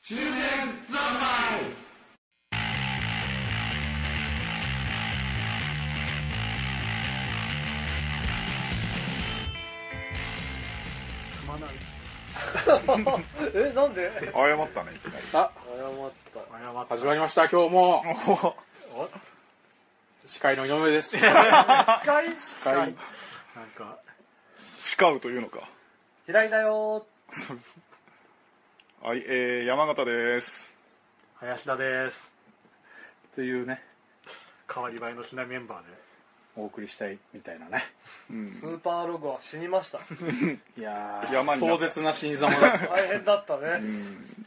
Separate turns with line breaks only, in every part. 周年三昧
すまない
えなんで
謝ったねいきなり
あ
謝った
謝った
始まりました今日も
おー
司会の井上です司
近いしか
会
なんか
誓うというのか
開いたよ
はいえー、山形です
林田です
というね
代わり映えのひなメンバーで
お送りしたいみたいなね
ースーパーログは死にま した
いや
山
ー
にな
壮
った
絶な死に様だっ
大変だったね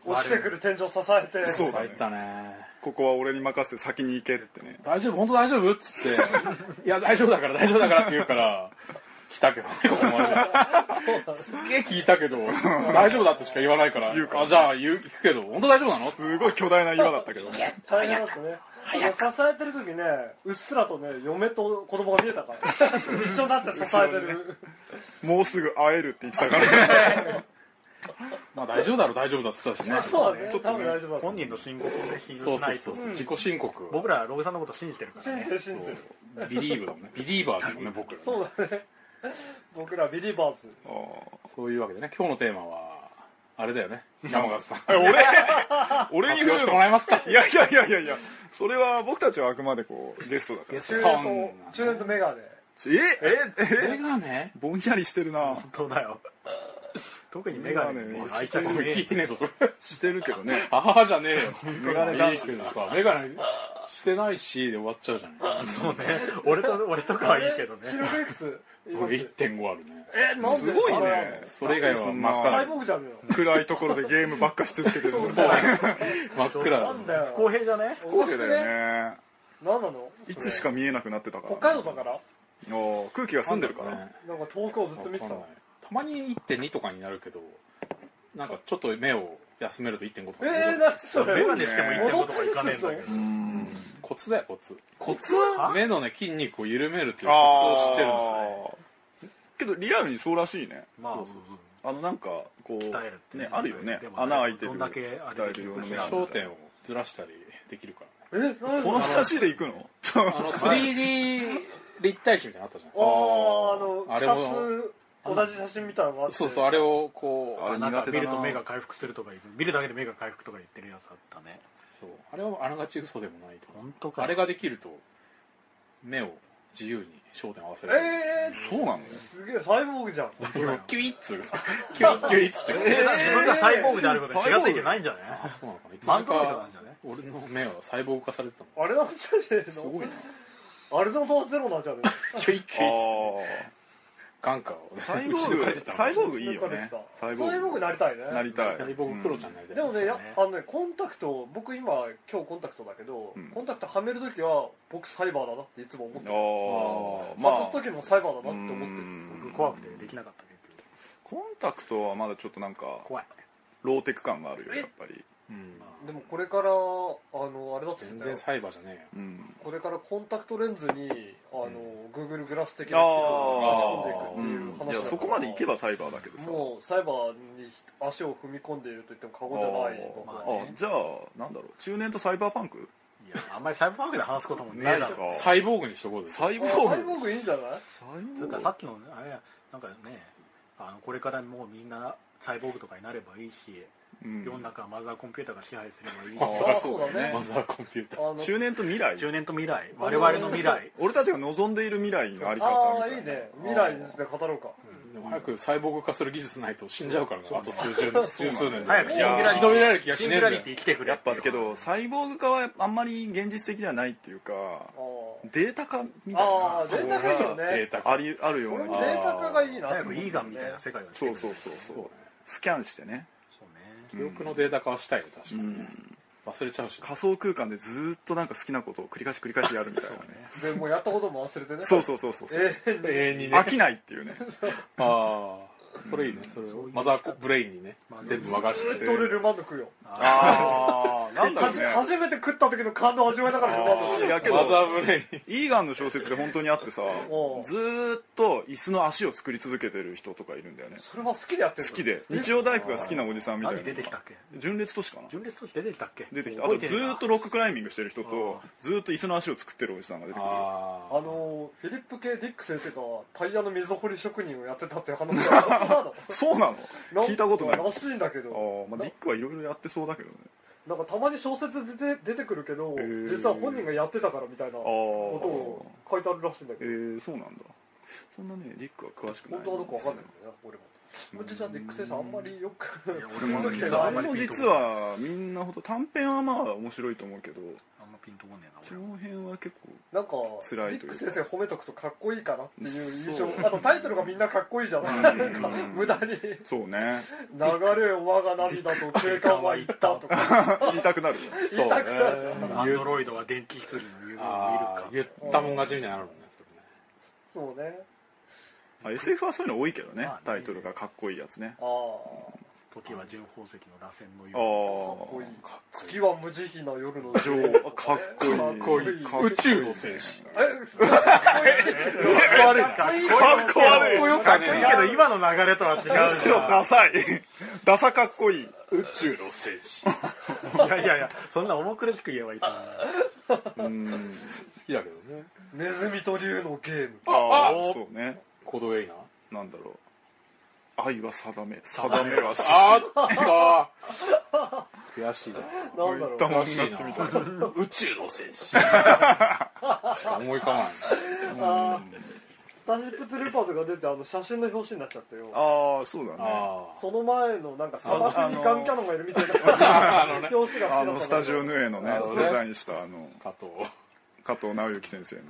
落ちてくる天井支えて
そう
た
だ
入
ね
ったね
ここは俺に任せて先に行けってね
大丈夫本当大丈夫っ つって「いや大丈夫だから大丈夫だから」って言うから来た けどねここまですげえ聞いたけ ど大丈夫だとしか言わないから
言うからね
あじゃあ言う聞くけど本当大丈夫なのって
すごい巨大な岩だったけど ね
大変だったねあの支えてる時ねうっすらとね嫁と子供が見えたから 一緒だって支えてる
もうすぐ会えるって言ってた からね
まあ大丈夫だろ大丈夫だって言ってたしね
そうだね
ちょっと
多
ね
分大丈夫だ
本人の信号をね信
そ
用
う
しな
そう
い
そ
と
う自己申告
僕らはログさんのこと信じてるから
信
ね
じてる信じてる
ビリーブだもんねビリーバーだもんね僕らね
そうだね僕らビリバーズ
あー
そういうわけでね今日のテーマはあれだよね山形さん
え俺俺に振る
発表してもらえますか
いやいやいやいやいやそれは僕たちはあくまでこうゲストだから
そ
中
ん
年
な
と中年とメガネ
え
これがね
ぼんやりしてるな
本当だよ特にメガネ
メガネ
も
ね
開いたくね
聞い
え
てねえぞそれ
してるけどね
あはじゃねえよ
メガネ男子
いいけどさメガネしてないしで終わっちゃうじゃない
そうね俺と俺とかはいいけどね
視力いく つ
俺1.5あるね
えなんです
ごいね
それ以外は真っ
サイ
暗
ボーグじゃねえよ
暗いところでゲームばっかし続けてるの不
真っ暗だ
なんだよ
不公平じゃね
公平だよね
何なの
いつしか見えなくなってたから
北海道だから
おー空気が澄んでるから、
なんだろうね
なんか遠くをずっと見て
わ
た
かん
の
ないたまに1.2とかになるけどなんかちょっと目を休めると1.5とか
えー、なにそ
メ
れ
ガネしても1.5とかいかねえんだけど
コツだよコツ
コツ
目のね筋肉を緩めるっていうコツを知ってるんですよ
ああけどリアルにそうらしいね
まあ
そうそうそう
あのなんかこう
鍛えるっていう
ねあるよね
でもね
穴開いてる
どんだけあれ
鍛えるようなね
焦点をずらしたりできるから
え何
この話でいくの
あの 3D 立体紙みたいなのあったじゃないです
あああの
あれ
二つ同じ写真みたいなのがあっ
か
て
そうそうあれをこう
あれ
なんか
苦手だ
見
な
ると目が回復するとか言う見るだけで目が回復とか言ってるやつあったね
そうあれはあながち嘘でもないと
本当か
あれができると目を自由に焦点を合わせられる
え
そうなの
ー、すげえサイボーグじゃん
キュイッつうさキュイッキュイッつって
自分がサイボーグであることに気がついてないんじゃ
あ
な
そうなのかないつ
マン
の
トラとかな
か
んじゃね
俺の目は細胞化されてた
あれなんじゃねえの
すごいな
あれのままゼロなんじゃねえ
のキュイキュイっつって眼下を
サイボ
打ち抜
ー
かれ
グ
てたの
サイボーグいいよ
打ち抜かれて
ね
た
サイボ
サイ
ー
ボーグ
グ
になりたいね
なりたい
サイボーグプロじゃないで
でもね、
そう
や
ね
あのねコンタクト僕今今日コンタクトだけど、
ん
コンタクトはめるときは僕サイバーだなっていつも思ってる
ああま
外す
あ
ときもサイバーだなって
う
思ってる
ん
い怖くてできなかった結局
コンタクトはまだちょっとなんか
怖い
ローテク感があるよやっぱり
うん
でもこれからあのあれだって言って
全
た
然
よ
サイバーじゃねえ
う
よ
ん
これからコンタクトレンズにあの、Google グラス的な機
あ
能を
あ
打ち込んでいくっていう話だから
いやそこまでいけばサイバーだけどさ
もうサイバーに足を踏み込んでいると言っても過言ではない僕は
まあね
あじゃあなんだろう中年とサイバーパンク
いやあんまりサイボーグで話すこともねえだろ
サイボーグにしとこうぜ
サイボ
サ
ー
イ
グ
ボーグいいんじゃない
サイ
つ
ボ
うか
ー
さ
グ
っきのあれやなんかねあのこれからもうみんなサイボーグとかになればいいし
うん
世の中はマザーコンピューターが支配すれば
あ
いい
そ
し
りゃそうだよ
あ
ね
マザーコンピューター
あの
中年と未来
10年と未来我々の未来
俺たちが望んでいる未来のあり方
ああ
みた
いい
いな
ね未来について語ろうか
でも早くサイボーグ化する技術ないと死んじゃうからなあと数十数数年で
早くシン
い
グ
や
ラ
生
リ
き延びられる気
ティ
が
シ
し
ン
ねえ
グ
ん
ラ
だ
リ
よ
ティ生きてくれ
やって
い
ぱ
う
だけどサイボーグ化はあんまり現実的ではないっていうか
ああ
データ化みたい
あ
な
あデータがいいよね
データ
ありあるよ
こ
う
れ
な
デ
気が
ータ化がいいな
早くイーガンみたいな世界が来てく
そ
れ
う
る
そうそう
そう
そ
ね
うスキャンしてね
そうね
記憶のデータ化はしたいね確かにね
ん
忘れちゃうし
仮想空間でずーっとなんか好きなことを繰り返し繰り返しやるみたいなね
でもうやったことも忘れてね
そうそうそうそうそう
えー
永遠にね
飽きないっていうね
ああそれいいねそれをマザーコブレインにね全部和菓子
ずっと俺ルマンド食うよ
ああなんだろうね
初めて食った時の感動を味わいながら読んだんです
い
よ
やけ
マザ
ど
ーブレイン
イーガンの小説で本当にあってさ
おう
ずーっと椅子の足を作り続けてる人とかいるんだよね
それは好きでやってる
好きで日曜大工が好きなおじさんみたいな
何出てきたっけ
純烈都市かな
純烈として出てきたっけ
出てきたあ
覚
と
え
ず
ねえな
ーっとロッククライミングしてる人と
あ
ずーっと椅子の足を作ってるおじさんが出てくる
あ
あのフィリップ・ケディック先生がタイヤの溝掘り職人をやってたっていう話 が本当なの
そうなの聞いたことないあ
らしいんだけど
ー、まあ、ディックはいろいろやってそうだけどね
なんかたまに小説で出て出てくるけど
へー
実は本人がやってたからみたいな
あ
こ
あ
とを書いてあるらしいんだ
え
けど
ー、そうなんだそんなねディックは詳しくない
本当はどこかわかんないんだよね俺も
うん
実はディック先生あんまりよく
いや俺も
ピンときてない
あ
んま
れ
り
も実はみんなほど短編はまあ面白いと思うけど
あんまピンとこねえな俺
長編は結構
なんか
辛い
ディ
という
ック
か
先生褒めとくとかっこいいかなっていう印象
そう
あとタイトルがみんなかっこいいじゃんなんか無駄に「
そうね
流れを我が涙と警官は言った」とか
言いたくなるよね
ー
言いたくなるじゃ
そ
ん
うね
アンドロイドは電気釣りの言うの
あ
を見
言
る
っ
か
たもん勝ちみたいなのあるもんねそれね
そうね
まあ SF はそういうの多いけどね
まあね
タイトルがかっこいいやつね
ああ
時は純宝石の螺旋の
あ
よ
かっ
あ
こいい月は無慈悲な夜の
情かっこいい
かっこいい
かっこ
宇宙の戦士
えか
かっこ悪いな
かっこいい
かっこ悪い
よくねえな
ど今の流れとは違
む しろダサいダサかっこいい
宇宙の戦士好
いやいやいやそんな重苦しく言えばいいと思う
うん
きだけどね
ネズミと竜のゲーム
あ
あ
あそうね
コードウェイな
なんだろう愛は定め定めは死
あったー悔しいな
な
言
んだろ
っ
う
たもん
悔しいな
勝ちみたいな
宇宙の戦士しか思い浮かばない
あースターシップトゥルーパーズが出てあの写真の表紙になっちゃったよ
ああそうだね
あ
その前のなんか砂漠にガンキャノンがいるみたいな
ああのね
表紙が好
あ
きだったんだけど
のスタジオヌエのね
なるほど
デ
ね
ザインしたあの
加藤
加藤直之先生の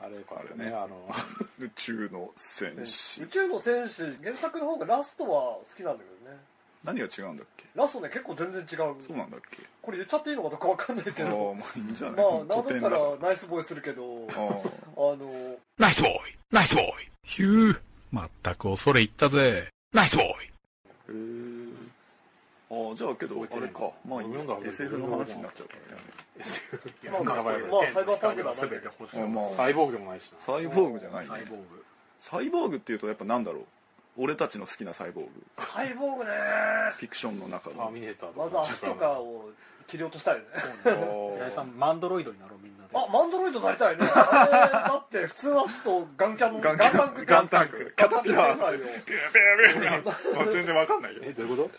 あれよかった
あれ
ね
ね
あの
「宇宙の戦士
宇」宙の戦士原作の方がラストは好きなんだけどね
何が違うんだっけ
ラストね結構全然違う
そうなんだっけ
これ言っちゃっていいのかどうかわかんないけ
ああ
ど
まあいいんじゃ
ま
ない
あ
古
なんだっ
典
た
だから
らナイスボーイするけどあ
あ
の
ナイスボーイナイスボーイヒュー。まったく恐れ入ったぜ。ナイスボーイ
あへーああじゃあけど
覚えて
あ
ない
れかまあいい
俺読んだはずだけど
SF の話になっちゃうからね
やばいやばい
まあサイバーパンクだな
全て星
あ
の
まあ
サイボーグでもないしな
サイボーグじゃない
サイ
ね
ボー
サイボーグっていうとやっぱなんだろう俺たちの好きなサイボーグ
サイボーグね
フィクションの中
ター
の
ミネーターと
まず足とかを切り落としたいよね
あ
グ平井さ
ー
んマンドロイドになろうみんなで
あマンドロイドなりたいねあれだって普通は足とガンキャノン
ガンキャ
タンク
ガンタンクキャタピラー
ガンタンク天才よ
まあ全然わかんないけど
えどういうこと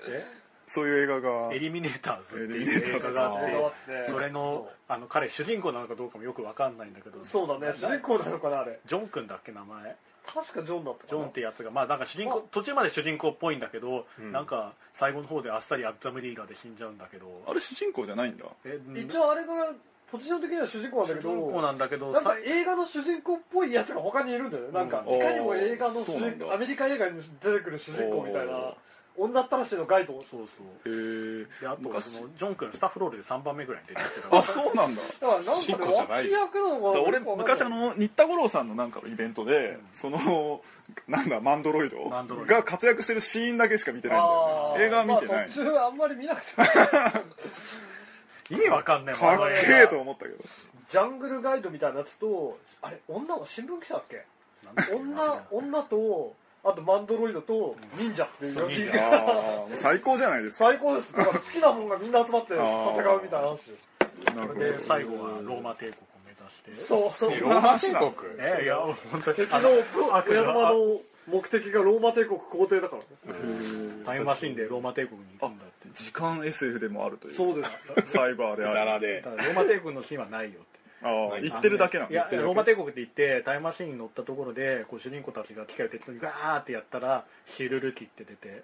そういう映画が
エリミネーターズって
エリミネー
いう
タ
映
ーズ
画が
映画
あ
が
っ
あ
て
って
それのあの彼主人公なのかどうかもよくわかんないんだけど
そうだね主人公なのかなあれ
ジョン君だっけ名前
確かジョンだったか
ジョ
な
ンってやつがまあなんか主人公途中まで主人公っぽいんだけど、
うん
なんか最後の方であっさりアッザムリーガーで死んじゃうんだけど
あれ主人公じゃないんだ
え
一応あれがポジション的には主人公なんだ
主
け
人公
ど
なんだけど
なんか
さ
映画の主人公っぽいやつが他にいるんだよねなんか
うん
いかにも映画の主
そうなん
人
だ
アメリカ映画に出てくる主人公みたい
お
な
ー
女ったらしのガイド
そうそう
へえ
であと
昔
そのジョン君スタッフロールで3番目ぐらいに出てきてた
あそうなんだ
だからなんかね
主人公じゃない
脇役なのかな
俺
よくわかんない
昔あの新田五郎さんのなんかのイベントで、そのなんだマンドロイド
マンドロイド
が活躍してるシーンだけしか見てないんだ
あ
よ
ー
ね映画は見てな
まあ
い、
途中あんまり見なくても
意味わかんないもん
かっけえと思ったけど
ジャングルガイドみたいなやつとあれ女は新聞記者だっけ
なんだっけ
女女とあとマンドロイドと忍者っていう
そう忍者
あー最高じゃないですか
最高ですだから好きなもんがみんな集まって戦うみたいな話
なる
そ
ほ
れで
ど
最後はローマ帝国を目指して
そうそう
ローマ帝国
えいや本当に
敵の親玉の目的がローマ帝国皇帝だからね
タイムマシンでローマ帝国に行くんだって
時間 SF でもあるという
そうです
サイバーで
だ
あ
ら
る
で
ただローマ帝国のシーンはないよって
あー言ってるだけなん
いや
だ
ローマ帝国って言ってタイムマシンに乗ったところでこう主人公たちが機械を適当にガーってやったらシルルキって出て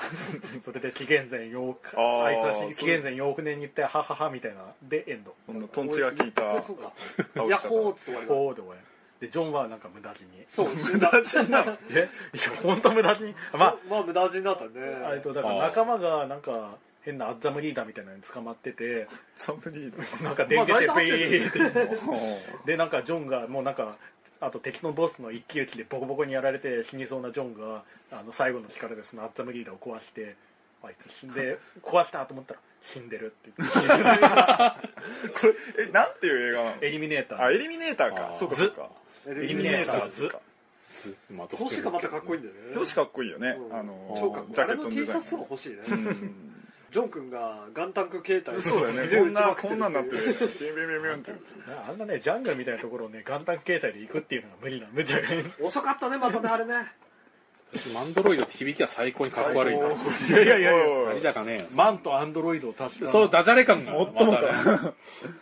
それで紀元前8日
あー
あいつは紀元前4年に行ってハハハみたいなでエンド
こんなトンチが効いた
そうか
倒し
ヤッ
方
ホーっつって終わりだ
こうで終わりでジョンはなんか無駄死に
そう
無駄死んだの
えいや本当無駄死にまあ
まあ無駄死になったね
あれとだから仲間がなんか変なアッザムリーダーみたいなのに捕まってて
サムリー
なんか電源でピーって
ド
でなんかジョンがもうなんかあと敵のボスの一騎打ちでボコボコにやられて死にそうなジョンがあの最後の力でそのアッザムリーダーを壊してあいつ死ん で壊したと思ったら死んでるって言
これ えなんていう映画なの
ってエリミネータ
あ
ー
エリミネーターか
あー
そうかそうか
エ
エリミネーターズ
ずまあど
表紙がまたかっこいい
い
んだよね
表紙かっこいいよね
うん
あの
そうかっこいい
ジャ
あ
ケッ
れ
ト
の
の
T
デ
シ
ザイ
ャ
ン
ツも欲しいね
うん
ジョン君がガンタンク携帯
そうだよねこんなこんなんなってるビュンビュンビュンビュンって
あんなねジャングルみたいなところをね元旦形態で行くっていうのが無理なん無理だね
遅かったねまたねあれね
マンドロイドって響きは最高にかっこ悪いな
最高
いやいやいや
お
あれだかね
マンとアンドロイドを足した
そうダジャレ感がもっともか、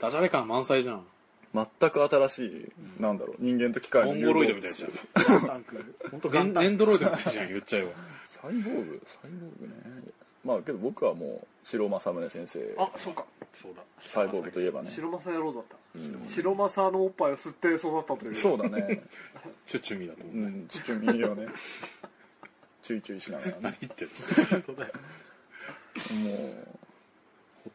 ダジャレ感満載じゃん
全く新しいなんだろう人間と機械
モ
の
ン
融
ゴ
合
ロイドみたいじゃん
タンク本当
ネ
元
ン
旦
ネンドロイドみたいじゃん言っちゃえば
サイボーグサイボーグねまあけど僕はもう白政宗先生
あそうか
そうだ
サイボーグといえばね
白政野郎だった
うん
白政のおっぱいを吸って育ったという
そうだね
チュッチュミだと思う、
うんちょっといいよねチュイチュイしながら
何
ね
言ってる
も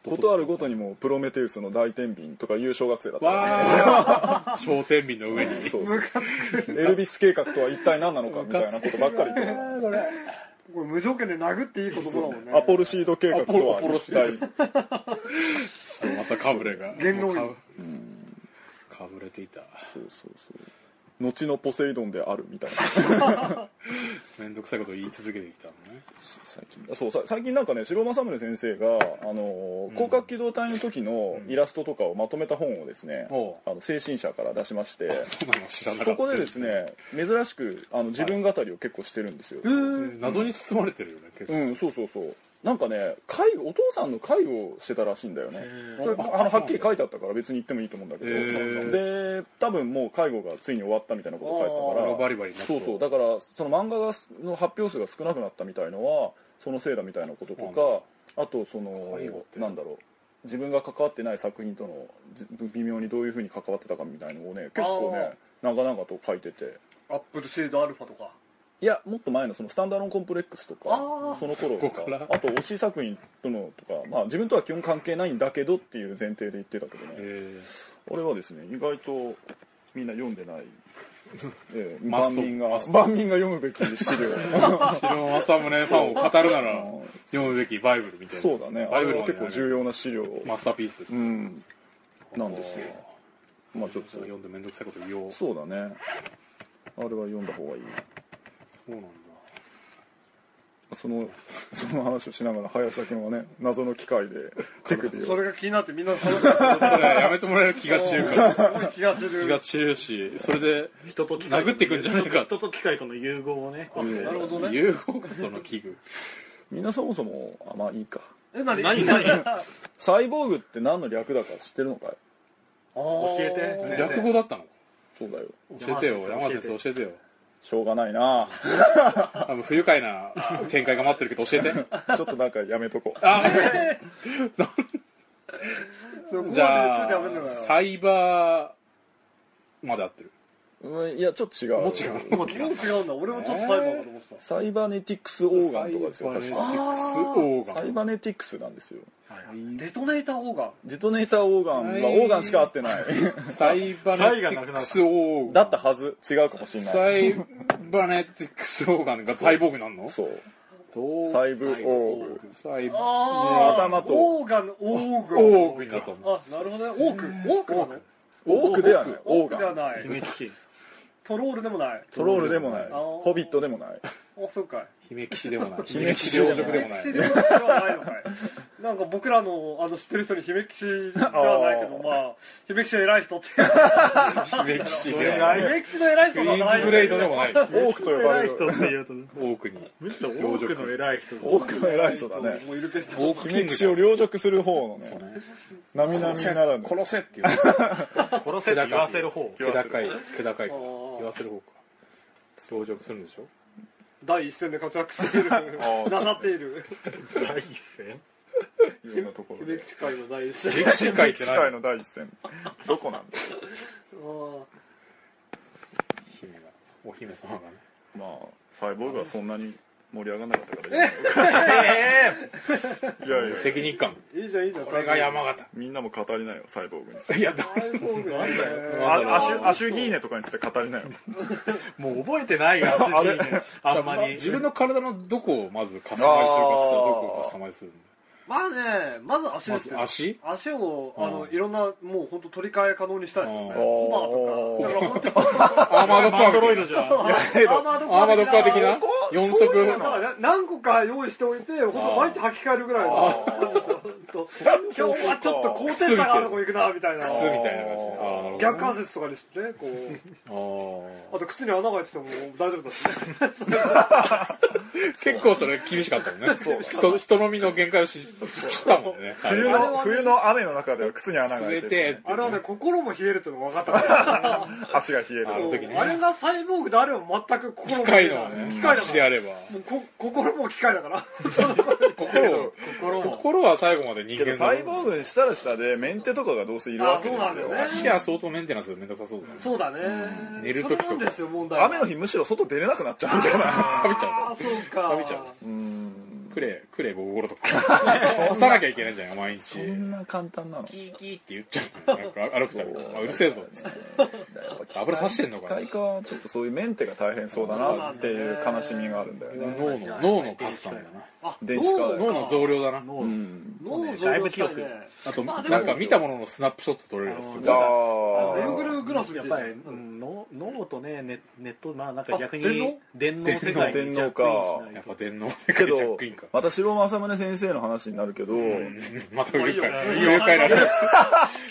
うことあるごとにもうプロメテウスの大天秤とかいう小学生だったからね
わ あ商店瓶の上に
そうそうそうエルビス計画とは一体何なのかみたいなことばっかり言ってた
これ
これ無条件で殴っていい言葉だもんね
アポルシード計画とは一体
まさかぶれが
言論員
もうかぶかぶれていた
そうそうそう後のポセイドンであるみたいな
めんどくさいことを言い続けてきたのね
最近そうさ最近なんかね城政宗先生があのー広角機動隊の時のイラストとかをまとめた本をですね、
おう
あの精神社から出しまして
そんなの知らなかった
そこでですね珍しくあの自分語りを結構してるんですよ、
うん謎に包まれてるよね結構
うんそうそうそうなんかね介護お父さんの介護をしてたらしいんだよねそれあのはっきり書いてあったから別に言ってもいいと思うんだけ
へー
どで多分もう介護がついに終わったみたいなことを書いてた
あ
か
ー
ら
バリバリになって
そうそうだからその漫画がの発表数が少なくなったみたいのはそのせいだみたいなこととかあとその
介護って
なんだろう自分が関わってない作品とのじ微妙にどういうふうに関わってたかみたいのをね結構ね長々と書いてて
アップルシードアルファとか
いやもっと前のそのスタンダードンコンプレックスとか
あー
その頃とか
そこから
あと推し作品とのとか、まあ、自分とは基本関係ないんだけどっていう前提で言ってたけどね、
え
俺はですね意外とみんな読んでない、ええ
マ
万
スト
民が
マスト
万民が読むべき資料
ー、白政宗ファンを語るなら
うん
読むべきバイブルみたいな
そうだねあ
バイブ
れ
ル
は結構重
要
要な資料
マスターピースで
う
す、ね
んなんですよまあちょっと
読んでめんどくさいこと言おうそ
そうだねあれは読んだ方がいいう
なんだ
その その話をしながら林田君はね謎の機械で手首
そ
を
れが気になってみんな話してる
それやめてもらえる気が散るから
すごい気がす
気が
る
散るしそれで
人と機械
殴ってくんじゃねえ か
人と機械との融合をねこう
うん
ね
なるほどね
融合がその器具
みんなそもそもあまあいいか
え何
何何
サイボーグって何の略だか知ってるのかい
教えて先生
略語だったの
そうだよ
教えてよ
山
山
田先
田先
生
生教えてよ
しょうがないな
あの不愉快な展開が待ってるけど教えて
ちょっとなんかやめとこう
あじゃ
そこまで言っといてやめんのか
あ
よ
サイバーまで合ってる
うんいやちょっと違う
もう違うもう違う
もう違うんだ俺もちょっと裁判かと思ってた
サイバーネティクスオーガンとかですよ確か
か
サイバーネティクスなんですよ
デトネーターオーガン
デトネーターオーガンはオーガンしか合ってない
サイバネティックスオーガ
だ
ン
ったはず違うかもしれない
サイバネティックスオーガンがサイボーグになるの
そう
どう
サイブオーグ
サイ
あ
ー頭と
オーガンオーガン
オーグになったの
あなるほどねオークオークなの
オークではないオー
オー
ガ
クでは
ン
ない
秘密基地
トロールでもない
トロールでもない
あー
ホビットでもない
あそうかい
姫騎士でもない
姫
姫
騎
騎
士
士
でもない
領族でもない
姫騎士領域ではないのかい なんか僕らのあの知ってる人に姫騎士ではないけど
あー
まあ姫騎士の偉い人って
姫騎士でもない
姫騎士の偉い
ク
人
イ
の名
ーン
前
ズブレイドでもない
オークと呼ば
偉
れ
い
る
人っていうとね
オークに
むしろ多くの偉い人
オ
が
ークの偉い人だね
もういるけど
オークキン
姫
グ
騎士を凌辱する方のね並々
殺せ
ならぬ
殺せっていう
殺せって言わせる方
気高い気高いか
あー
言わせる方か登場するんでしょ
第一線で活躍している
ー
なさっている
第一線
いろんなところ
姫
で
騎士界の第一線
歴史界って
世界
何
の第一線どこなんだ
あー
姫がお姫様がね
まあサイボーグはそんなに盛り上がらなかったから
え
いやいや
責任感
いいじゃんいいじゃん
これが山形
みんなも語りなよサイボーグに
いやだ
サイボーグなんだよ
あアシュアシュギーネとかについて語りなよ
もう覚えてないよあれ あんまり
自分の体のどこをまずカスタマイズするかって言ったらどこをカスタマイズするんだ
まあねまず足です
ま
よ、
ず足
足をあのいろんなもう本当取り替え可能にしたいですよね
あー
コバとかだから本当に
アーマードカ
アンド
ー
ロイド
みたい
じゃん
アーマード
なアーマードカー的な
こ
四
そう
だ
な
足
の
からな何個か用意しておいてほんと毎日履き替えるぐらいの本当今日はちょっと高低差がある子行くなみたいな
靴みたいな感じであーなるほど
逆関節とかにしてねこう
あー
あと靴に穴が開いてても大丈夫だしね
結構それ厳しかったもんね
そう
人人の身の限界を知知ったもんねはい
冬の冬の雨の中では靴に穴が開
滑
い
ってて
あれはね心も冷えるっていうのが分かったから
足が冷える
あの時ね
あれがサイボーグであれば全く心も
機
冷え
械
な
の
い
ね
機械だ
足
か
で
ら
あれば
もうこ心も機械だから
心を
心も
心は最後まで人
け
間
ど
だも
サ
ん
イボーグにしたらしたでメンテとかがどうせいる
あ
わけ
そ
で
う
す
なんだ
よ
よね
足は相当メンテナンス面倒くさそうだね
そうだね、
寝る
そ
時と
れな
か
んですよ問題は
雨の日むしろ外出れなくなっちゃうんじゃない
錆びちゃ
あ
う
あそうか
錆びちゃう
うーん
クレクレボコボロとか刺さなきゃいけないじゃん毎日
そんな簡単なの
キーキーって言っちゃうなんか歩くたびにあうるせえぞ
やっぱ機械
油差してんの
機
か
械化はちょっとそういうメンテが大変そうだなっていう悲しみがあるんだよね
脳の脳のカスタムだな
あ
電子化
脳
脳の増量だな
もう
うん
脳の
だいぶ強
増強く
く
ね
あと
まあでも
なんか見たもののスナップショット撮れるやつ
じゃ
あ
あ
の Google グラスみ
やっ
たい
ぱ
な
り、うん、の脳とねネネットまあなんか
あ
逆に
電
電脳世界に
電脳か
ジャックインしない
やっ
と
ぱ電脳世
け
界ジャッ
ど
クインか
また城正宗先生の話になるけど、
また愉快
まあいいよね
愉快な話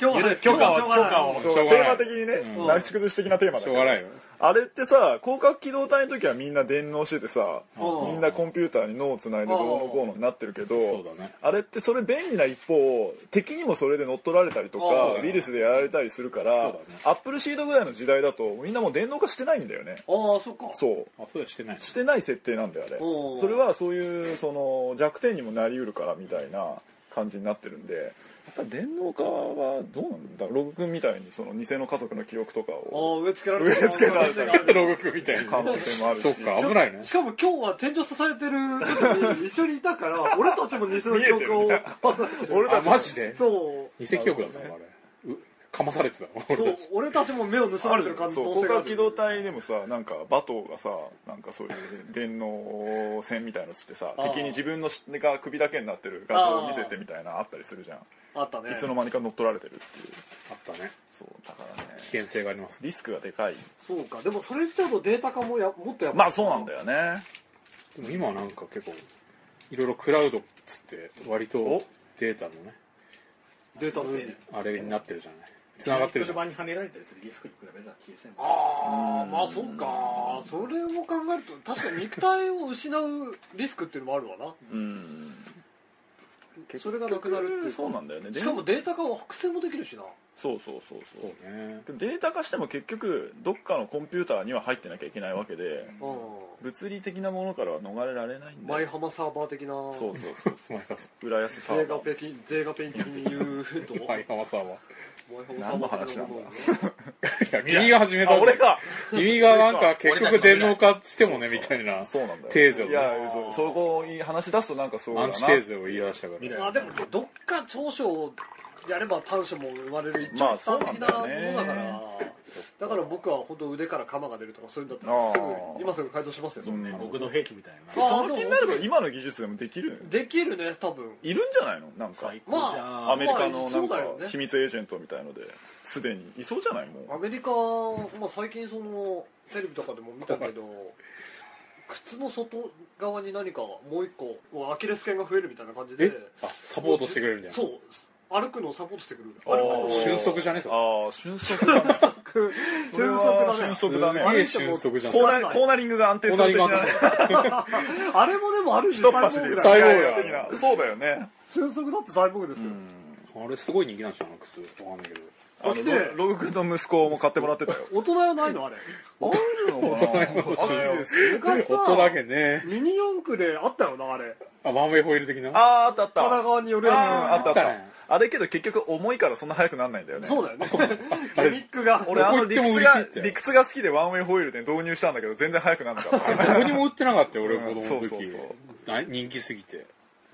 今日は
許可を
今日しょうがない
許可を
し
そ
ょ
う
うがない
テーマ的にね、
うん
なし崩し的なテーマだ
し
け
ょう
ど
がないよ
あれってさ広角機動隊の時はみんな電脳しててさ
うん
みんなコンピューターに脳をつないでどうのこうのになってるけ
そう
ど
だね
あれってそれ便利な一方敵にもそれで乗っ取られたりと
う
か
ん
ウイルスでやられたりするから
そうだね
アップルシードぐらいの時代だとみんなもう電脳化してないんだよね
ああそっか
そう
あそうだしてない
してない設定なんだよあれ
おー
それはそういうその弱点にもなりうるからみたいな感じになってるんでやっぱ電脳化はどうなんだログ君みたいにその偽の家族の記憶とかを
ああ植え付けられてる
植え付けられてる
ロゴくみたいな
可能性もあるし
そっか危ないね
しかも今日は天井支えてる時に一緒にいたか ら俺たちも偽の記憶を
俺た
あ
ち
マジで
そう
偽記憶だったのあれうかまされてたわ俺
そう
たち
俺たちも目を盗まれてる可能
そう
性
広
があ
角
る
機動隊でもさなんかバトーがさなんかそういう電脳戦みたいのしてさ
あー
敵に自分のしが首だけになってる画像を見せてみたいなあったりするじゃん
あったね
いつの間にか乗っ取られてるっていう
あったね
そうだからね
危険性があります
リスクがでかい
そうかでもそれ言っちゃうとデータ化もやもっとやっ
まあそうなんだよね
でも今はなんか結構いろいろクラウドっつって割と
お
データのね
データの上に
あれになってるじゃない繋がってるじゃん
車に跳ねられたりするリスクに比べたら小さいもん
ああまあそっかそれを考えると確かに肉体を失うリスクっていうのもあるわな
うん
それがなくなるっていうか
そうなんだよね
しかもデータ化は複製もできるしな
そうそうそうそ
そうね
うデータ化しても結局どっかのコンピューターには入ってなきゃいけないわけで
う
物理的なものからは逃れられないん
ん
で
舞浜サーバー的な
そうそうそう
前川さ
浦安サ
税
ー
が
バ
ペキ税がペンキに言うと
ん前川さんは
舞浜
何の話なんだ
の
いや君が始めたんだよ
か
君がなんか結局電脳化してもねみたいな
そうなんだよ
テーゼを
い
ね
やそうそこに話し出すとなんかそうだ
ア
な
ンチテーゼを言い出したか
まあ
ら
でもどっか長所をやれば短所も生まれる一
ま
長
あそう
短
なん
的
だ
な
よ
もの
ね
だから、だから僕は本当腕から鎌が出るとかそういうんだった
あ
ら
あ
すぐ今すぐ改造しますよ、
うん
ね僕の兵器みたいな
そその気になれば今の技術でもできる
できるね多分
いるんじゃないのなんか
最
ま
高じゃん
あ
アメリカの
ま
な
あそうんだよ
か
ね
秘密エージェントみたいのですでにいそうじゃないも
ア
う
メリカ、まあ、最近そのテレビとかでも見たけど靴の外側に何かもう一個こうアキレス腱が増えるみたいな感じで
えあサポートしてくれるみたいな
そう歩くのをサポートしてくる
あ
歩
ー
瞬足じゃねえぞ
ああ瞬足だね
く
それ
瞬
は
足だね
瞬足だね
すげえ瞬足じゃん
コーナーコーナリングが安定する的
コーナ
な
リング
あれもでもある意味
一走り
サイボーグ
だ
だ
サイボー
いや
グ
いや的なそうだよね
瞬足だってサイボーグですよ、
あれすごい人気なんでしょあの靴わかんないけど
あの
起きて
ロログ君の息子も買ってもらって たよ
大人用ないのあれ
あるのかなあるです
昔さ
音だけね
ミニ四駆であったよなあれ
あワンウェイホイール的な
あああったあった
神奈川による
あーあ
や
ったあった
あったね
あれけど結局重いからそんな速くなんないんだよ
つ
ね
そうだよね ギミックが
俺あの理屈が
どこ行っても売り切って
理屈が好きでワンウェイホイールで導入したんだけど全然速くなんなかった
どこにも売ってなかったよ俺
うん
子供の
そうそう
時
そう
あ人気すぎて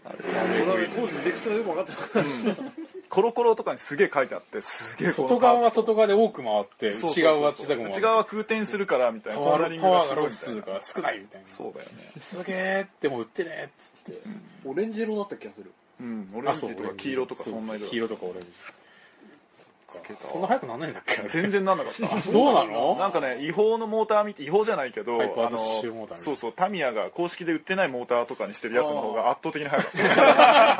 あれ
ワンウェイホイー
に当時理屈がよく分かってた
コロコロとかにすげえ書いてあってすげえこ
外
の
側は
パーツ
外側で多く回って
そうそ
内
う
側は
そ
小
う
さく回る
内側は空転するからみたいな
パ
コーナ
ワ
リ
ー
ン
パ
グが
ワー
す
が
ごい
ロ
みたい
ス
な
が少ないみたいな
そうだよね
すげえってもう売ってねえっつって
オレンジ色だった気がする
うんオレンジとか黄色とか
そう
そんな色
黄色とかオレンジ
つけた
そんな早くなんないんだっ けあれ
全然なんなかった
そうなの
なんかね違法のモーターみ違法じゃないけど
ハイパー
あの
ダッシュモーターみたいな
そうそうタミヤが公式で売ってないモーターとかにしてるやつの方が圧倒的に速か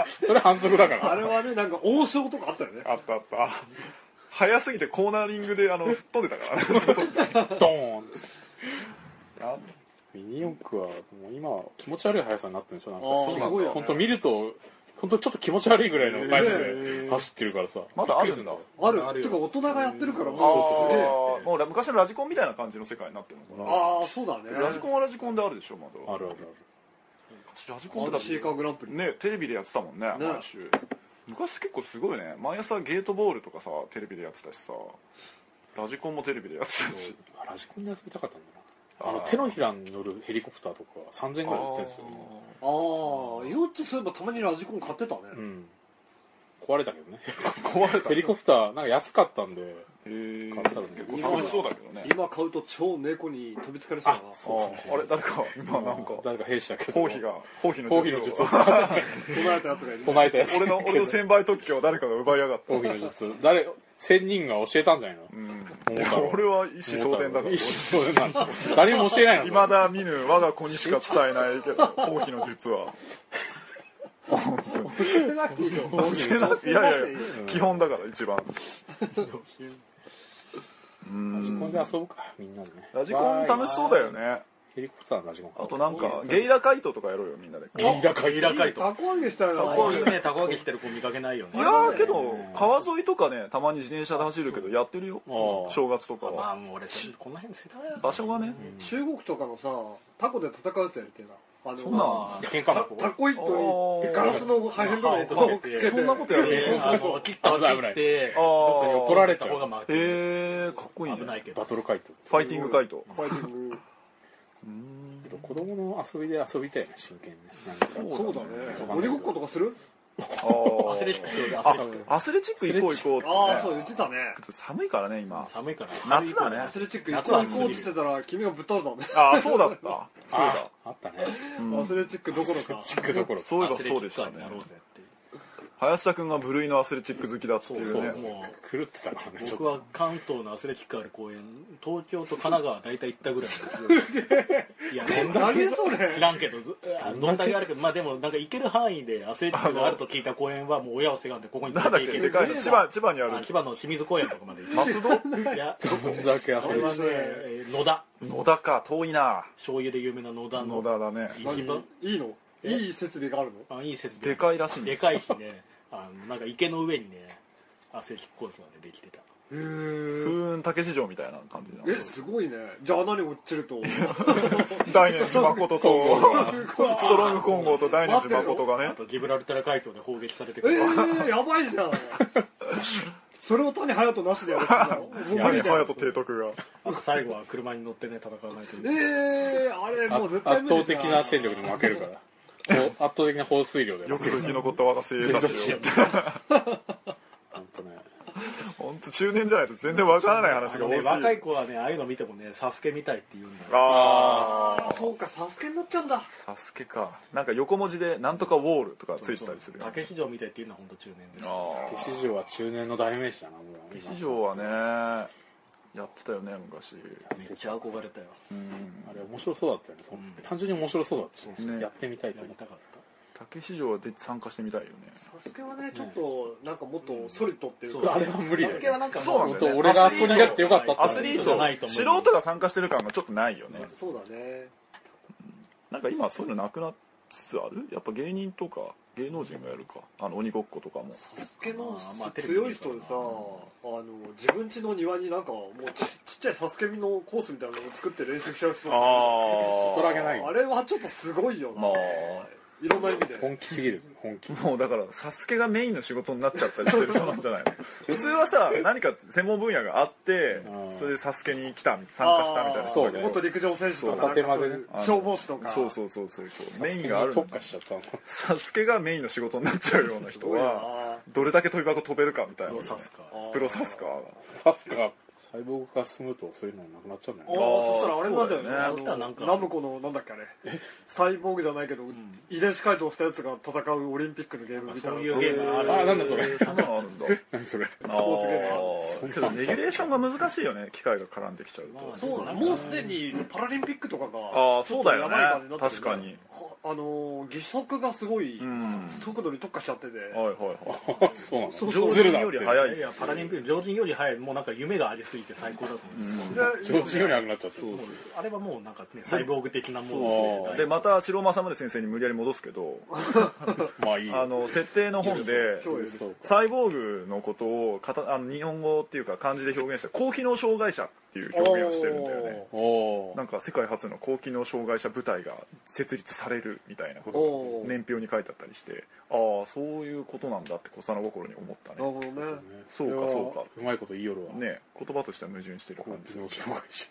った
それ反則だか
あ
ら
れはねなんか王将とかあったよね
あったあった速すぎてコーナリングで あの吹っ飛んでたからね外に
ドーンミニ四駆はもう今は気持ち悪い速さになってるんでしょなんか
あー
そう
すごいよね
本当見ると本当ちょっと気持ち悪いぐらいの速さ
へ
で
ー
走ってるからさ
まだあるんだ
びっくりすよ
ある
あるよ
てか大人がやってるから
あ
もうすげえ
ーもうラ昔のラジコンみたいな感じの世界になってるのか
ああそうだね
なラジコンはラジコンであるでしょまだ
あるある
昔ラジコン
あ
で
の
だ
シーカー
っ
グランプ
て
リ
ねテレビでやってたもんね毎週昔結構すごいね毎朝ゲートボールとかさテレビでやってたしさラジコンもテレビでやって
あ
た
る
し
あラジコンで遊びたかったんだなあの
あー
手のひらに乗るヘリコプターとか3000ぐらい売ってるんですよ今
ああイノッチそういえばたまにラジコン買ってたね
うん壊れた けどね
壊れた
ヘリコプターなんか安かったんで
へえ
買ったのに
結構楽しそうだけどね
今買うと超猫に飛びつかれそうだな
あそ
あーあれ誰か今なんか
誰か兵士だけど
包皮が包皮の
包皮の術
術
を
を
使って
捉えたやつがいる
唱えたやつ
俺の俺の専売特許を誰かが奪いやがった
包皮の術誰千人が教えたんじゃないの
うん
桃太郎
俺は一子相伝だから
一子相伝なの誰にも教えないの
いまだ見ぬ我が子にしか伝えないけど 包皮の術は教えないいや
教
いやいや基本だから一番
ラジコンで遊ぶかみんなでね
ラジコン楽しそうだよね
ヘリコプターのラジコンか
あとなんかゲイラカイトとかやろうよみんなでいや
イラカイラ
高いと
たこ揚げしたいな
たこ
いいねたこ揚げしてる子見かけないよね
ーけど川沿いとかねたまに自転車で走るけどやってるよ
ああ
正月とか
まあ
は
もう俺この辺世代だ
場所がね
中国とかのさタコで戦うやつやりてえなあの
そんなん
喧嘩箱
タコ糸
あー
にガラスの破片とかをこうつけて
そんなことやる
で
へ
あの切ったら切って
あー
どっかに
取
られちゃう
たこが回ってる
えかっこいいね
危ないけど
バトルカイト
ファイティングカイト
ファイティング
子供の遊びで遊びたいね真剣になんか
そうだね鬼ごっことかする
あ
アスレチックでアス
あ
レチック
アスレチック行こう行こうって、ね、
ああそう言ってたね
寒いからね今
寒いから
夏だね
アスレチック行こう行こうっつってたら君がぶっ倒れたんだよ
ああそうだったそう
あ
だ
あったね
うん
アスレチックどころか
チックどころ
そういえばそうでしたね林田君が部類のアスレチック好きだってい
そうう
ね
も
狂ってたからね
う
ちょっ
僕
と
は関東のアスレチックある公園東京と神奈川大体行ったぐらい いや
何それ
知らんけどずあどんだけあるけどまあでもなんか行ける範囲でアスレチックがあると聞いた公園はもう親をせがんでここに連
なんだ
れ
って
行け
けでかいの千葉千葉にあ
あ
る
千葉の清水公園とかまで行 っ
松戸
ていや
こんだけ遊
俺
び
はね
して
えー野田
野田か遠いな
醤油で有名な野田の
野田だね
一番
いいのいい設備があるの
あいい設備
でかいらしいんで
ですかいしねあのなんか池の上にねアスレチックコースまでできてた
風雲竹市場みたいな感じなの
えすごいねじゃあ穴に落ちると
大念寺誠とストロング混合と大念寺誠が
あ
ね
とギブラルタル海峡で砲撃されて
え
くる
ー、やばいじゃんそれを谷隼人なしでやるって言
何
ってたの
隼人提督が
あと最後は車に乗ってね戦わないといけない
えー、あれ
あ
もう
圧
絶対無
倒
理じゃ
的
ん
な戦力で負けるからほう圧倒的な放水量で
よく生き残った我が精鋭たちよ
本当ね
本当中年じゃないと全然わからない話
あ
が
の
多
ね
す
若
ぎ
い
る
子はねああいうの見てもね「サスケみたいって言うんだよ
ああ
あそうかサスケになっちゃうんだ
サスケかなんか横文字で「なんとかウォール」とかついてたりするよね
竹市場みたいっていうのは本当中年です
あ
手市場は中年の代名詞だなもう
あ
今
市場はねやってたよね昔
めっちゃ憧れたよ
うん
あれ面白そうだったよねその
ん
単純に面白そうだった、
ね
やってみたいと
や
思
り
った
たかった
竹市場で参加してみたいよね
サスケはねちょっとなんかもっとソリッドっていう
そう
か
あれは無理だよ、ね、
なんか
そうなんだよね
本当俺があそこにいなくてよかったって
アスリー
じゃない
ト
と思う
素人が参加してる感がちょっとないよね
そうだね
なんか今そういうのなくなっつつあるやっぱ芸人とか芸能人がやるかあの鬼ごっことかも
サスケの
まあまあテレビ
強い
見る
人
から
で
な
さあの自分家の庭になんかもうちちっちゃいサスケのコースみたいなのを作って練習しちゃう人
あ
大人げない
あれはちょっとすごいよな
まあ
いろんな意味で
本気すぎる本気
もうだから「サスケがメインの仕事になっちゃったりしてる人なんじゃないの 普通はさ何か専門分野があって
うん
それで「サスケに来た参加したみたいな人だけ
あ
ど
ーそう
元陸上選手とか
そう
なんかそうい
建
う
て
あの
消防士とか
そうそうそうそうそうメインがあるんだ
特化しちゃったの
サスケがメインの仕事になっちゃうような人は
あ
どれだけ飛び箱飛べるかみたいな
ー
プロサスカーが
サスカサイボーグ化進むとそういうのなくなっちゃうんだ
あ
よ
ー
ね
そしたらあれなんだよね
そうだよね
あ
そしたらなん
の
か
ラムコのなんだっけあれサイボーグじゃないけど遺伝子改造したやつが戦うオリンピックのゲームみた
そ
い
う
な
いうゲームがある
あなんだそれ
そんなのあるんだ
何そ れ
あ
ポーツゲームがある
ーけどレギュレーションが難しいよね機械が絡んできちゃうと
そうなのもうすでにパラリンピックとかが
あーそうだよね
ちょっとやばい感じになってる
確かに
あのー義足がすごい
うん
速度に特化しちゃってて
はいはい
あそうなの
はい
ズ
常
ル
人
だ
より早
いやい
い
やパラリンピック常人より早いもうなんか夢がありすぎて最高だと思います、
で
常人より早くなっちゃった
もうあれはもうなんかねサイボーグ的なもの
そう
でまた城間正宗先生に無理やり戻すけど
まあいい
あの設定の本で
今日より
そう
サイボーグのことをかたあの日本語っていうか漢字で表現した高機能障害者っていう表現をしてるんだよね
おお
なんか世界初の高機能障害者部隊が設立されるみたいなこと
お
が
ー
年表に書いてあったりしてああそういうことなんだって幼心に思った
なる
ね
ほどね
そうかそうか
うまいこと言いよるわ
ね言葉としては矛盾してる感じ
知能障害者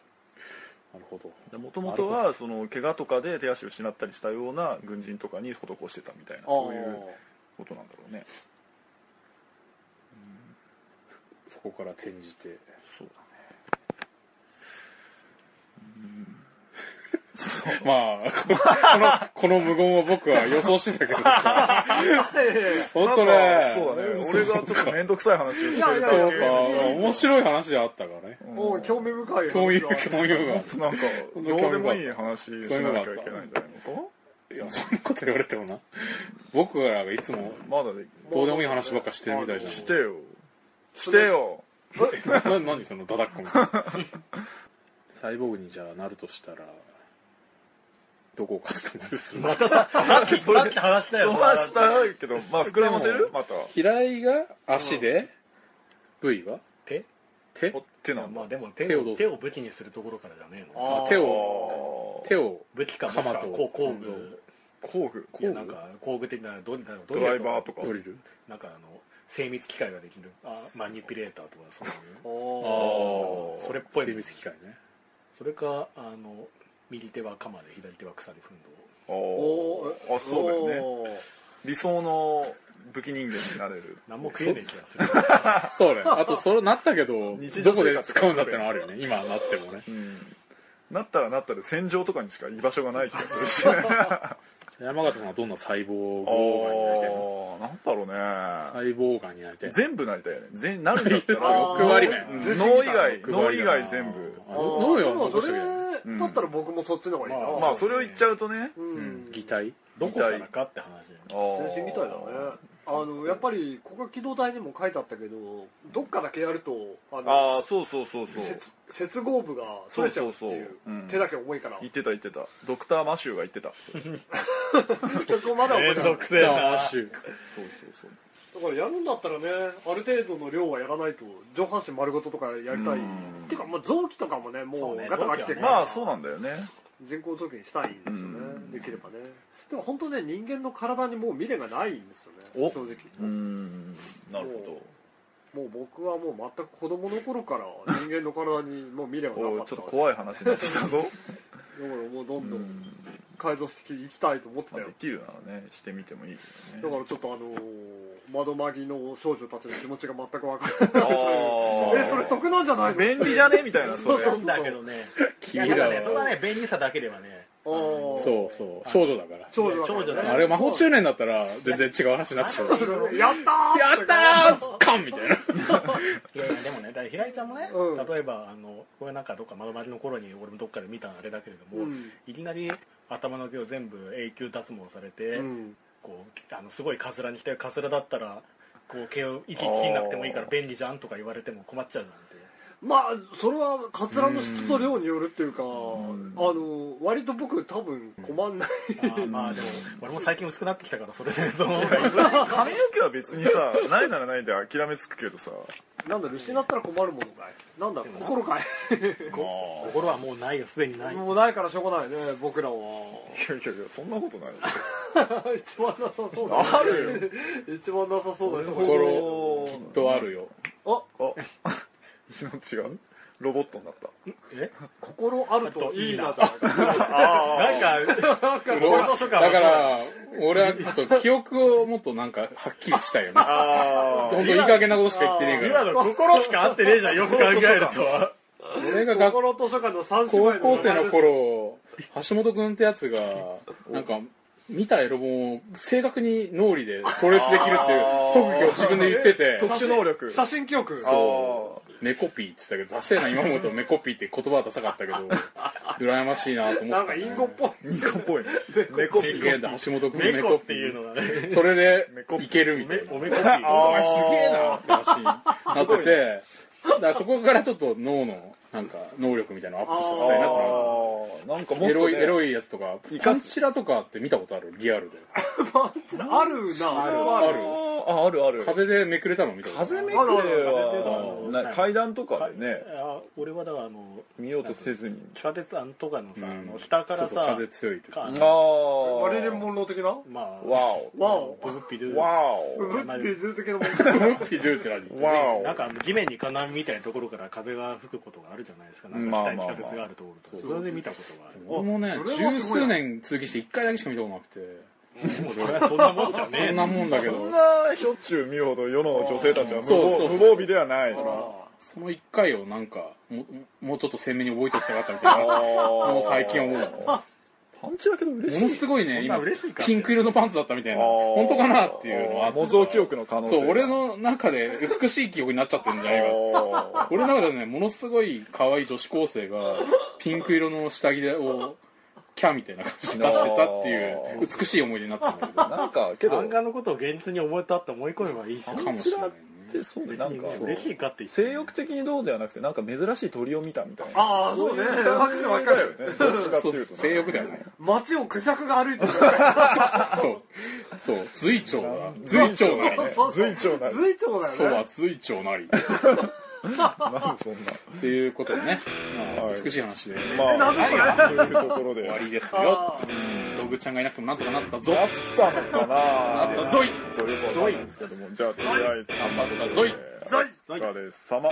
なるほど
もともとはその怪我とかで手足を失ったりしたような軍人とかに施してたみたいなそういうことなんだろうね
そこから転じて
そうだね
まあこのこの無言を僕は予想してたけどさ本当ね
なんかそうだね俺がちょっと面倒くさい話をしてるだけ
そうか面白い話ではあったからね
おお興味深い話
共有
は
共有が
なんかどうでもいい話しなきゃいけないんじゃないのか
いやそんなこと言われてもな僕らがいつも
まだで
どうでもいい話ばっかしてるみた いじ
してよしてよ
ゃんな何そのダダっ子み たいなサイボーグにじゃあなるとしたらどこをカスタマイズするの
それ
って話した
そ
よ
うはしたいけどまあ膨らませるまた
平井が足で V は
手
手
おってなんだ
まあでも手
手を
を
どうす
手
る
を武器にするところからじゃねえの
あ
あー
手
あ
を
ー
手を
武器かもしくは
鎌と
こう工
う
具
工具
いやなんか工具的などうだろう
ドライバーと
か
か
ドリル
なんかあの精密機械ができるあマニピュレーターとかそういう
あ
それっぽい
精密機械ね
それかあの右手は鎌で左手は草で奮
あ
お
ー
ー
あそうだよね
おー
理想の武器人間になれる
何も食えねえ気がする
そう ねあとそれなったけど
日
ど
常生活
こで使うんだってのあるよね今なってもね
うんなったらなったで戦場とかにしか居場所がない気がする し
山形さんはどんな細胞
あ
ガになりたいの
ーなんだろうね
細胞ガになりたいの
全部なりたいよね全なるんだったら
欲張りね
うん脳以外脳以外全部
あ
あ
の
ー
脳
で
よ
も
残しと
それ
けば
ん
だったら僕もそっちの方がいいな
まあそれを言っちゃうとね
うん
擬態
どこからかって話だよね
全
全身みたいだねあのやっぱりここは機動隊にも書いてあったけどどっかだけやるとあ
あ
の
あそうそうそうそう
接接合部が取れちゃうってい
そ
う
うそうそううん
手だけ重いから
言ってた言ってたドクターマシューが言ってたそれ
そこまだ覚えて ない
く
ダーシュ
そうそうそう
だからやるんだったらねある程度の量はやらないと上半身丸ごととかやりたい
うん
ていうかもう臓器とかもねも
そう
う
ね
ガタガタきてるから
まあそうなんだよね
人工臓器にしたいんですよね、
うん
できればねでも本当ね人間の体にもう未練がないんですよ
お
ね正直
うんなるほ
もう僕はもう全く子供の頃から人間の体にもう未
ど
練がな
お
か
い
っ
ち
た
ょっと
い
怖い話になってきたぞ
だからもうどんど
うんん
改造していきたいと思って
ま
た
あ
よ
できるならねしてみてもいいけ
だ
ど
か
ね
らちょっとあのー窓まぎの少女たちの気持ちが全く分から
あ
ない
ー
えそれ得なんじゃないの
便利じゃねみたいなそれ
そうだけどねいや
君
だかららねそれは
は
ね便利さだけではね
あー
そうそう少女だから
少女だから
少女だから
あれ魔法中年だったら全然違う話になっちゃう
やったー
やったーカンみたいない
やいやでもねだから平井ちゃんもね、
うん
例えばあのこれなんかどっか窓りの頃に俺もどっかで見たあれだけれども、
うん
いきなり頭の毛を全部永久脱毛されて、
うん
こうあのすごいカツラにしてカツラだったらこう毛を息切んなくてもいいから
あー
便利じゃんとか言われても困っちゃうなんて
まあそれはカツラの質と量によるっていうかあ
ん
の割と僕多分困んない
あーまあでも俺も最近薄くなってきたからそれでその
それ髪の毛は別にさないならないで諦めつくけどさ
なんだろう失ったら困るものかいなんだろう心か
ま
心はもうないよすでにないい
もうないからしょうがないね僕らは
あいやいやいやそんなことない
一番なさそうだ
ある
一番なさそうだね
心
きっとあるよ
あ
あ 違うロボットになった
心あるといいなだ
あ
なんか
だ
図書
か
館は
ら俺はちょっと記憶をもっとなんかはっきりしたいよね
あ
本当いい加減なことしか言ってねえか
今
ら
の心しか合ってねえじゃんよく考えると
俺が学
心図書館の三姉
高
妹
校生の頃橋本君ってやつがなんか見たエロ本を正確に脳裏でトレースできるっていう
あー
特技を自分で言ってて
特殊能力
写真記憶
あー
メコピーって言ってたけどダセえな今思うとメコピーって言葉はダサかったけど羨ましいなと思
な
っ
ん
てた、
か
ね、
インゴっぽい
ニコっぽいね猫っぽ
す
い
げえな橋本君のメ
猫
コ
っ
ピ
ていう
ー
のがね
それで
メコピー
いけるみたいな
おめこぴ
お
あ
前すげえなっ て話になっ
ご
て
い
てだからそこからちょっと脳のなんか能力みたいなのをアップさせたいなってのは
あーなんかもっ
エ
と
ロいエ
ね
ロいやつとか
生
パ
か
ン
す
チラとかって見たことあるリアルで
あるな
ある
ある
ああるある
風でめくれたの見たことある
風めくれは
ある
な階段とかでね
あ俺はだからあの
見ようとせずに
地下鉄あんとかのさ、
うん
あの下からさ
そうそう風強いと
か
あ
あ
ー
の
バレレンモンロー的なわ
まあ
わお
あの
お
ブブッピドゥ
わ
ブブッピズ的なもん
ブッピドゥって
お
何
わお
なんかあの地面に金網みたいなところから風が吹くことがあるじゃないですかなんか下に地下鉄があるところとかそれで見たことがある
俺もね
それはすごいな
十数年通勤して一回だけしか見たことなくて
もうそれはそんなもんじゃね
そ
え
ん
な
なもんだけ
そ
ど
んなしょっちゅう見るほど世の女性たちは無
そうそうそ
防
う
無防備ではない
その一回をなんかももうちょっと鮮明に覚えておきたかったみたいなも
も
う最近思うも
パンチだけど嬉しい
のすごいね今ピンク色のパンツだったみたいな
あー
本当かなっていうのはあって
模造記憶の可能性
そう俺の中で美しい記憶になっちゃってるんじゃないか
あ
俺の中でねものすごい可愛い女子高生がピンク色の下着をキャみたいな感じで出してたっていう美しい思い出になったんだけど
ーなんかけど
漫画のことを現実に思えたって思い込めばいいじゃん
かもしれないね
でそうね
別
なん
に
か
ね嬉しいかって言って
性欲的にどうではなくてなんか珍しい鳥を見たみたいな
あーそうね
い感じ
わか
だよ
る
ねどっちかって
そう
いうとね
性欲ではない
街をクジャクが歩いてる
そうそう随調だ随調なり
そう
随調な
随調だ
そう
よ
は
ね
随調なりっ
なんでそんな
ていうことでね、まあ
はい
美しい話で
まあ
なんでそれ
はいというところで
終わりです
あ
よログちゃんがいなくてもなんとかなったぞ
あったのか
なっ
な
たぞい
ということなんですけどもじゃあとりあえず
頑張ったぞい
えー
ゾイゾイ
お疲れ様